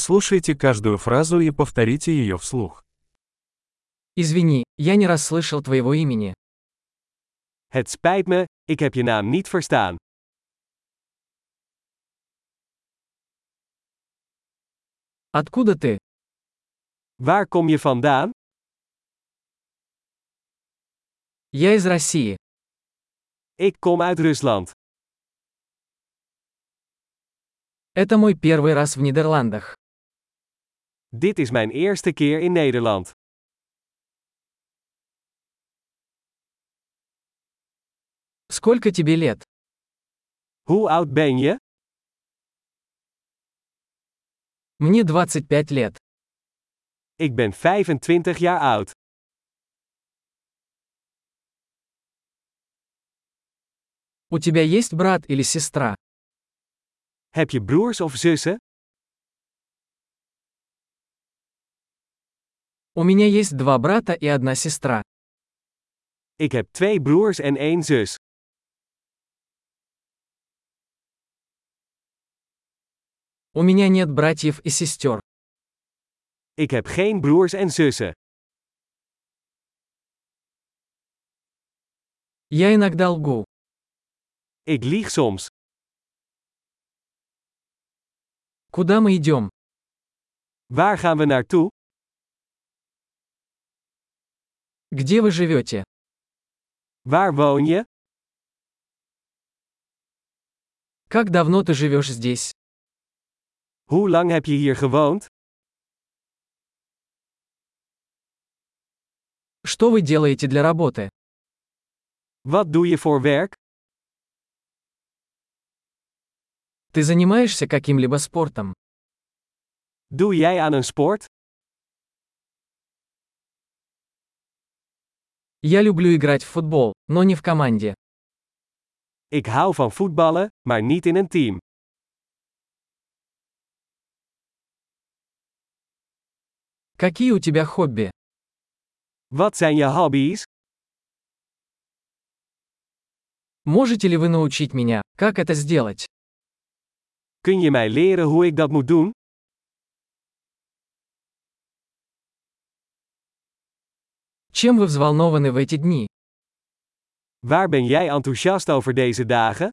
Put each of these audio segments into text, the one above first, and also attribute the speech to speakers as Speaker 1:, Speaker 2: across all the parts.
Speaker 1: Прослушайте каждую фразу и повторите ее вслух.
Speaker 2: Извини, я не расслышал твоего имени.
Speaker 3: Het spijt me, ik heb je naam niet verstaan.
Speaker 2: Откуда ты?
Speaker 3: Waar kom je vandaan?
Speaker 2: Я из России.
Speaker 3: Ik kom uit Rusland.
Speaker 2: Это мой первый раз в Нидерландах.
Speaker 3: Dit is mijn eerste keer in Nederland.
Speaker 2: Сколько тебе лет?
Speaker 3: Hoe oud ben je?
Speaker 2: Мне 25 лет.
Speaker 3: Ik ben 25 jaar oud.
Speaker 2: У тебя есть брат или сестра?
Speaker 3: Heb je broers of zussen?
Speaker 2: У меня есть два брата и одна сестра.
Speaker 3: Ik heb twee broers en één zus.
Speaker 2: У меня нет братьев и сестер.
Speaker 3: Ik heb geen broers en zussen.
Speaker 2: Я иногда лгу.
Speaker 3: Ik lieg soms.
Speaker 2: Куда мы идем?
Speaker 3: Waar gaan we naartoe?
Speaker 2: Где вы живете?
Speaker 3: Waar woon je?
Speaker 2: Как давно ты живешь здесь?
Speaker 3: Hoe lang heb je hier gewoond?
Speaker 2: Что вы делаете для работы?
Speaker 3: Wat doe je voor werk?
Speaker 2: Ты занимаешься каким-либо спортом?
Speaker 3: Doe jij aan een sport?
Speaker 2: Я люблю играть в футбол, но не в команде.
Speaker 3: Ik hou van voetballen, maar niet in een team.
Speaker 2: Какие у тебя хобби?
Speaker 3: Wat zijn je hobby's?
Speaker 2: Можете ли вы научить меня, как это сделать?
Speaker 3: Kun je mij leren hoe ik dat moet doen?
Speaker 2: Чем вы взволнованы в эти дни?
Speaker 3: Waar ben jij enthousiast over deze dagen?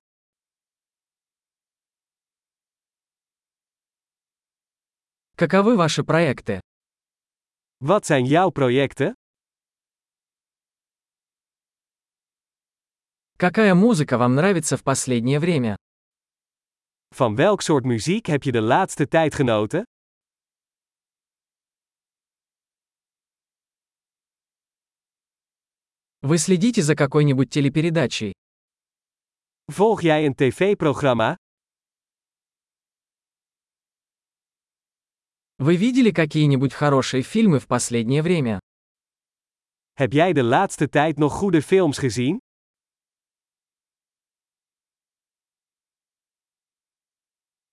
Speaker 2: Каковы ваши проекты?
Speaker 3: Wat zijn jouw projecten?
Speaker 2: Какая музыка вам нравится в последнее время?
Speaker 3: Van welk soort muziek heb je de laatste tijd genoten?
Speaker 2: Вы следите за какой-нибудь телепередачей?
Speaker 3: Volg jij een tv-programma?
Speaker 2: Вы видели какие-нибудь хорошие фильмы в последнее время?
Speaker 3: Heb jij de laatste tijd nog goede films gezien?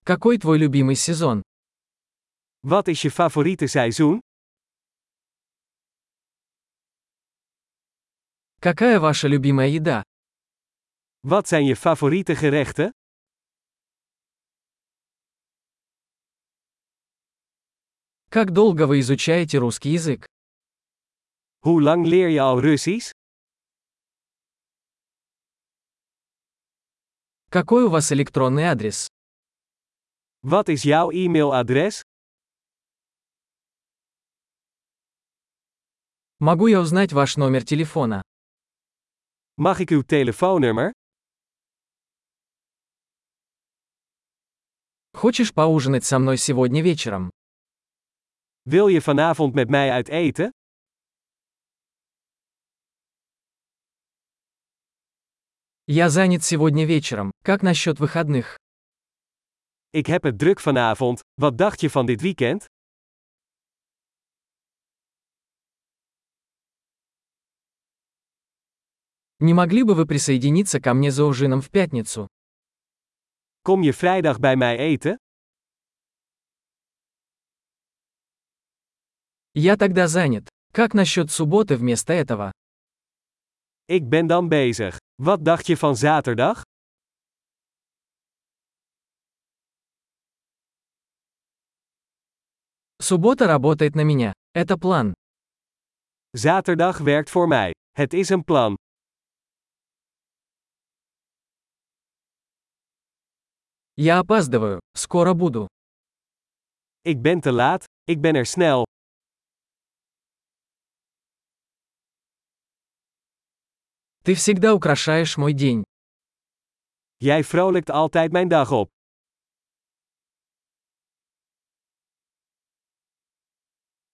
Speaker 2: Какой твой любимый сезон?
Speaker 3: Wat is je favoriete seizoen?
Speaker 2: Какая ваша любимая еда?
Speaker 3: Wat zijn je favoriete gerechten?
Speaker 2: Как долго вы изучаете русский язык?
Speaker 3: Hoe lang leer je al Russisch?
Speaker 2: Какой у вас электронный адрес?
Speaker 3: Wat is jouw e-mailadres?
Speaker 2: Могу я узнать ваш номер телефона?
Speaker 3: Mag ik uw telefoonnummer?
Speaker 2: Хочешь поужинать со мной сегодня вечером?
Speaker 3: Wil je vanavond met mij uit eten?
Speaker 2: Я занят сегодня вечером. Как насчет выходных?
Speaker 3: Ik heb het druk vanavond, wat dacht je van dit weekend?
Speaker 2: Не могли бы вы присоединиться ко мне за ужином в пятницу?
Speaker 3: Kom je vrijdag bij mij eten?
Speaker 2: Я тогда занят. Как насчет субботы вместо этого?
Speaker 3: Ik ben dan bezig. Wat dacht je van zaterdag?
Speaker 2: Суббота работает на меня. Это план.
Speaker 3: Zaterdag werkt voor mij. Het is een plan.
Speaker 2: Я опаздываю. Скоро буду.
Speaker 3: Ik ben te laat, ik ben er snel.
Speaker 2: Ты всегда украшаешь мой день.
Speaker 3: Jij vrolijkt altijd mijn dag op.